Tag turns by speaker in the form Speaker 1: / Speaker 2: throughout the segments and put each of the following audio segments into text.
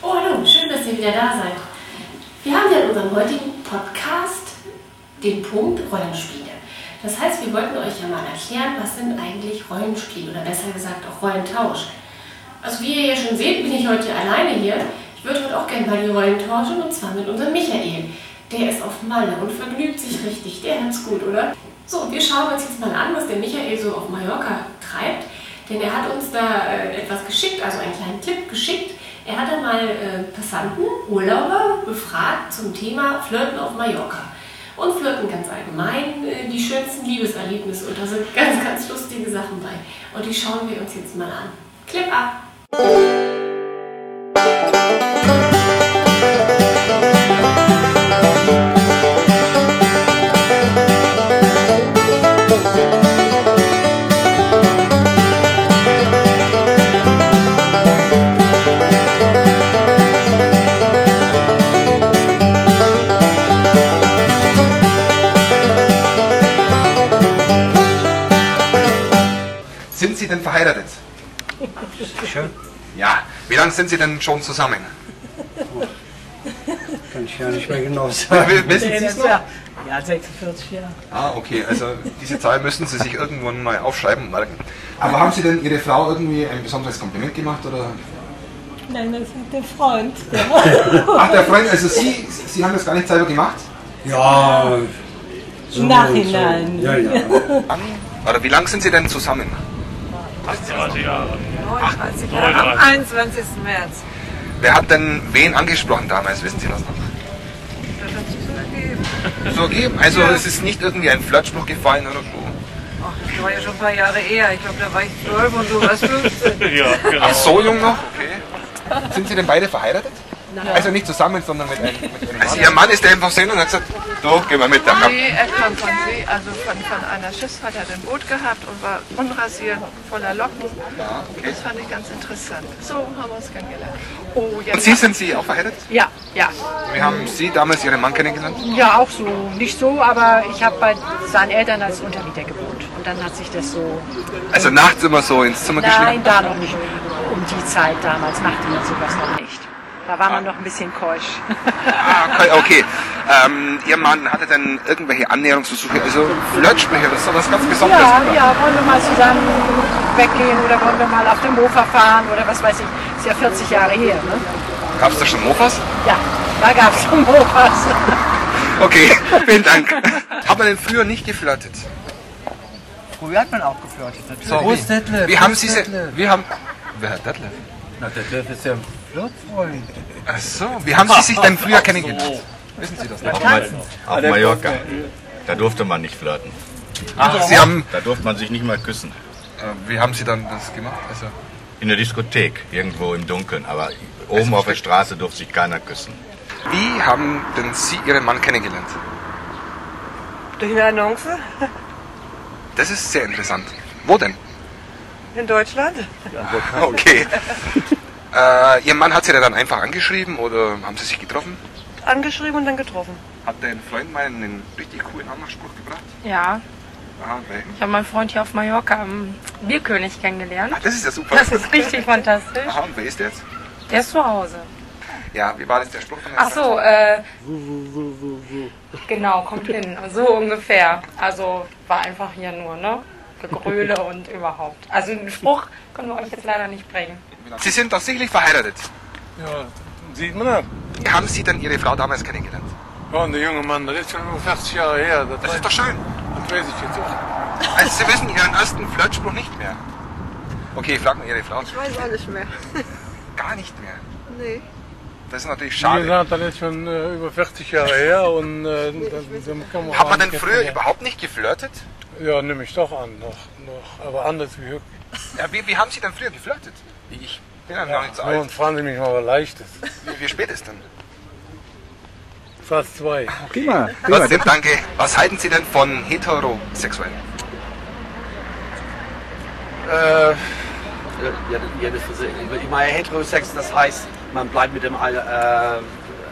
Speaker 1: Oh, wieder da seid. Wir haben ja in unserem heutigen Podcast den Punkt Rollenspiele. Das heißt, wir wollten euch ja mal erklären, was sind eigentlich Rollenspiele oder besser gesagt auch Rollentausch. Also wie ihr ja schon seht, bin ich heute alleine hier. Ich würde heute auch gerne mal die Rollen tauschen und zwar mit unserem Michael. Der ist auf Malle und vergnügt sich richtig. Der hat's gut, oder? So, und wir schauen uns jetzt mal an, was der Michael so auf Mallorca treibt. Denn er hat uns da äh, etwas geschickt, also einen kleinen Tipp geschickt. Er hat da mal äh, Passanten, Urlauber befragt zum Thema Flirten auf Mallorca. Und Flirten ganz allgemein, äh, die schönsten Liebeserlebnisse. Und da sind ganz, ganz lustige Sachen bei. Und die schauen wir uns jetzt mal an. Clip ab!
Speaker 2: Sind Sie denn verheiratet?
Speaker 3: Schön,
Speaker 2: Ja. Wie lange sind Sie denn schon zusammen?
Speaker 3: kann ich ja nicht mehr genau sagen.
Speaker 2: W- Wissen Sie es noch?
Speaker 4: Ja, 46 Jahre.
Speaker 2: Ah, okay. Also diese Zahl müssen Sie sich irgendwann neu aufschreiben und merken. Aber haben Sie denn Ihre Frau irgendwie ein besonderes Kompliment gemacht? Oder?
Speaker 4: Nein, das ist der Freund.
Speaker 2: Ach, der Freund, also Sie, Sie haben das gar nicht selber gemacht?
Speaker 3: Ja, so
Speaker 4: Nachhinein.
Speaker 3: So. Ja, ja.
Speaker 2: Oder wie lange sind Sie denn zusammen?
Speaker 5: 20 Jahre.
Speaker 6: 29 Jahre, am 21. März.
Speaker 2: Wer hat denn wen angesprochen damals? Wissen Sie das noch?
Speaker 6: Das hat sich so ergeben.
Speaker 2: So gegeben. Also es ist nicht irgendwie ein Flirtspruch gefallen oder so.
Speaker 6: Ach, das war ja schon ein paar Jahre eher. Ich glaube, da war ich 12 und du warst 15.
Speaker 5: Ja,
Speaker 2: Ach,
Speaker 5: genau.
Speaker 2: so jung noch? Okay. Sind Sie denn beide verheiratet? Also nicht zusammen, sondern mit einem, mit einem Also Ihr Mann ist der im Versehen und hat gesagt, du, geh mal mit. Da kann-
Speaker 6: Nee, er kam von See, also von, von einer Schiffsfahrt hat er ein Boot gehabt und war unrasiert, voller Locken. Das fand ich ganz interessant. So haben wir uns kennengelernt. Oh, ja.
Speaker 2: Und Sie sind Sie auch verheiratet?
Speaker 7: Ja, ja.
Speaker 2: Wir haben Sie damals Ihren Mann kennengelernt.
Speaker 7: Ja, auch so. Nicht so, aber ich habe bei seinen Eltern als Untermieter gewohnt. Und dann hat sich das so.
Speaker 2: Also nachts immer so ins Zimmer
Speaker 7: Nein,
Speaker 2: geschlichen.
Speaker 7: da noch nicht. Um die Zeit damals machte man sowas noch nicht. Da war man noch ein bisschen keusch.
Speaker 2: Ah, okay, okay. Ähm, Ihr Mann hatte dann irgendwelche Annäherungsversuche, also Flirtsprüche oder sowas ganz Besonderes.
Speaker 7: Ja,
Speaker 2: oder?
Speaker 7: ja, wollen wir mal zusammen weggehen oder wollen wir mal auf dem Mofa fahren oder was weiß ich. Ist ja 40 Jahre her, ne?
Speaker 2: Gab's da schon Mofas?
Speaker 7: Ja, da gab es Mofas.
Speaker 2: Okay, vielen Dank. Hat man denn früher nicht geflirtet?
Speaker 4: Früher hat man auch geflirtet. natürlich.
Speaker 2: So,
Speaker 3: Prost, Detlef,
Speaker 2: Wie haben
Speaker 3: Prost,
Speaker 2: Sie se
Speaker 3: Detlef.
Speaker 2: Wie haben... Wer hat Detlef?
Speaker 3: Na, der Dörf ist ja ein Flirtfreund.
Speaker 2: Ach so, wie haben Sie sich denn früher kennengelernt? Wissen Sie das noch?
Speaker 8: Auf Mallorca. Da durfte man nicht flirten.
Speaker 2: Ach, Sie haben...
Speaker 8: Da durfte man sich nicht mal küssen.
Speaker 2: Ah, Äh, wie haben Sie dann das gemacht? Also,
Speaker 8: In der Diskothek, irgendwo im Dunkeln. Aber oben auf der Straße durfte sich keiner küssen.
Speaker 2: wie haben denn Sie Ihren Mann kennengelernt?
Speaker 6: Durch eine Annonce
Speaker 2: Das ist sehr interessant. Wo denn?
Speaker 6: in Deutschland.
Speaker 2: Okay. äh, Ihr Mann hat Sie da dann einfach angeschrieben oder haben Sie sich getroffen?
Speaker 6: Angeschrieben und dann getroffen.
Speaker 2: Hat dein Freund mal einen richtig coolen Anmachspruch gebracht?
Speaker 9: Ja,
Speaker 2: Ah, welchen?
Speaker 9: ich habe meinen Freund hier auf Mallorca am Bierkönig kennengelernt.
Speaker 2: Ah, Das ist ja super.
Speaker 9: Das ist richtig fantastisch.
Speaker 2: Aha, und wer ist der jetzt?
Speaker 9: Der ist zu Hause.
Speaker 2: Ja, wie war denn der Spruch? von deinem
Speaker 9: Ach so, äh. Genau, kommt hin. So ungefähr. Also war einfach hier nur, ne? Gegröle und überhaupt. Also einen Spruch können wir euch jetzt leider nicht bringen.
Speaker 2: Freund? Sie sind doch sicherlich verheiratet.
Speaker 10: Ja, sieht man das.
Speaker 2: Wie haben Sie denn Ihre Frau damals kennengelernt?
Speaker 10: Ja, und der junge Mann, das ist schon über 40 Jahre her. Das,
Speaker 2: Das
Speaker 10: weiß,
Speaker 2: ist doch schön.
Speaker 10: das weiß ich jetzt auch.
Speaker 2: Also Sie wissen Ihren ersten Flirtspruch nicht mehr. Okay, ich frage mal Ihre Frau.
Speaker 6: Weiß auch nicht mehr.
Speaker 2: Gar nicht mehr.
Speaker 6: Nee.
Speaker 2: Das ist natürlich
Speaker 10: Wie
Speaker 2: schade.
Speaker 10: gesagt, das ist schon äh, über 40 Jahre her und äh, dann, dann kann man
Speaker 2: Hat
Speaker 10: auch
Speaker 2: man denn
Speaker 10: nicht
Speaker 2: früher
Speaker 10: mehr-
Speaker 2: überhaupt nicht geflirtet?
Speaker 10: Ja, nehme ich doch an, noch, noch. aber anders wie Hück.
Speaker 2: Ja, wie, wie haben Sie denn früher geflirtet? Ich bin ja noch nicht so
Speaker 10: Ja, und
Speaker 2: alt.
Speaker 10: fragen Sie mich mal, was leichtes.
Speaker 2: Wie, wie spät ist denn?
Speaker 10: Fast zwei.
Speaker 3: Prima.
Speaker 2: Trotzdem danke. Was halten Sie denn von heterosexuellen?
Speaker 11: Äh, ja, ja, das ist, ich meine, Heterosex, das heißt, man bleibt mit dem All- äh,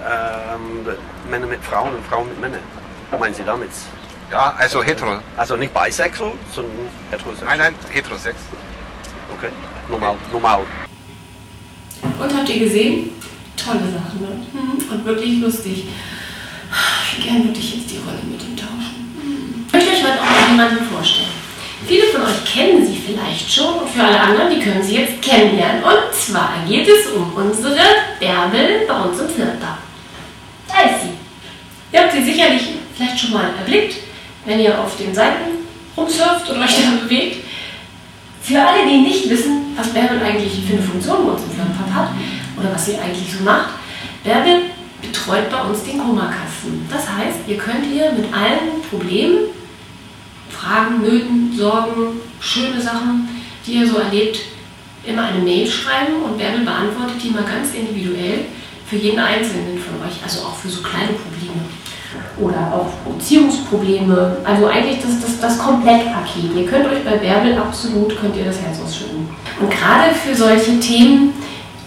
Speaker 11: ähm, Männer mit Frauen und Frauen mit Männern. Meinen Sie damit?
Speaker 2: Ja, also hetero.
Speaker 11: Also nicht bisexual, sondern heterosexuell.
Speaker 2: Nein, nein, heterosex.
Speaker 11: Okay. Normal, normal.
Speaker 1: Und habt ihr gesehen? tolle Sachen. Ne? Hm, Und wirklich lustig. Wie gern würde ich jetzt die Rolle mit ihm tauschen. Hm. Ich möchte euch heute auch mal jemanden vorstellen. Viele von euch kennen sie vielleicht schon und für alle anderen, die können sie jetzt kennenlernen. Und zwar geht es um unsere Bärbel bei uns im Flirtbau. Da ist sie. Ihr habt sie sicherlich vielleicht schon mal erblickt, wenn ihr auf den Seiten rumsurft und euch da bewegt. Für alle, die nicht wissen, was Bärbel eigentlich für eine Funktion bei uns im Firmenpub hat oder was sie eigentlich so macht, Bärbel betreut bei uns den Kummerkasten. Das heißt, ihr könnt ihr mit allen Problemen, Fragen, Nöten, Sorgen, schöne Sachen, die ihr so erlebt, immer eine Mail schreiben und Bärbel beantwortet die mal ganz individuell für jeden Einzelnen von euch, also auch für so kleine Probleme oder auch Beziehungsprobleme. Also eigentlich das, das, das Komplettpaket. Ihr könnt euch bei Bärbel absolut, könnt ihr das Herz ausschütten. Und gerade für solche Themen,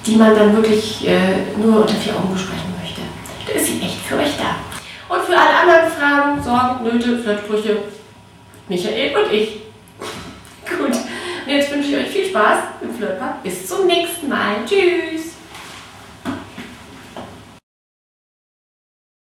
Speaker 1: die man dann wirklich äh, nur unter vier Augen besprechen möchte, da ist sie echt für euch da. Und für alle anderen Fragen, Sorgen, Nöte, Flirtbrüche, Michael und ich. Gut. Und jetzt wünsche ich euch viel Spaß im Flirtpub. Bis zum nächsten Mal. Tschüss.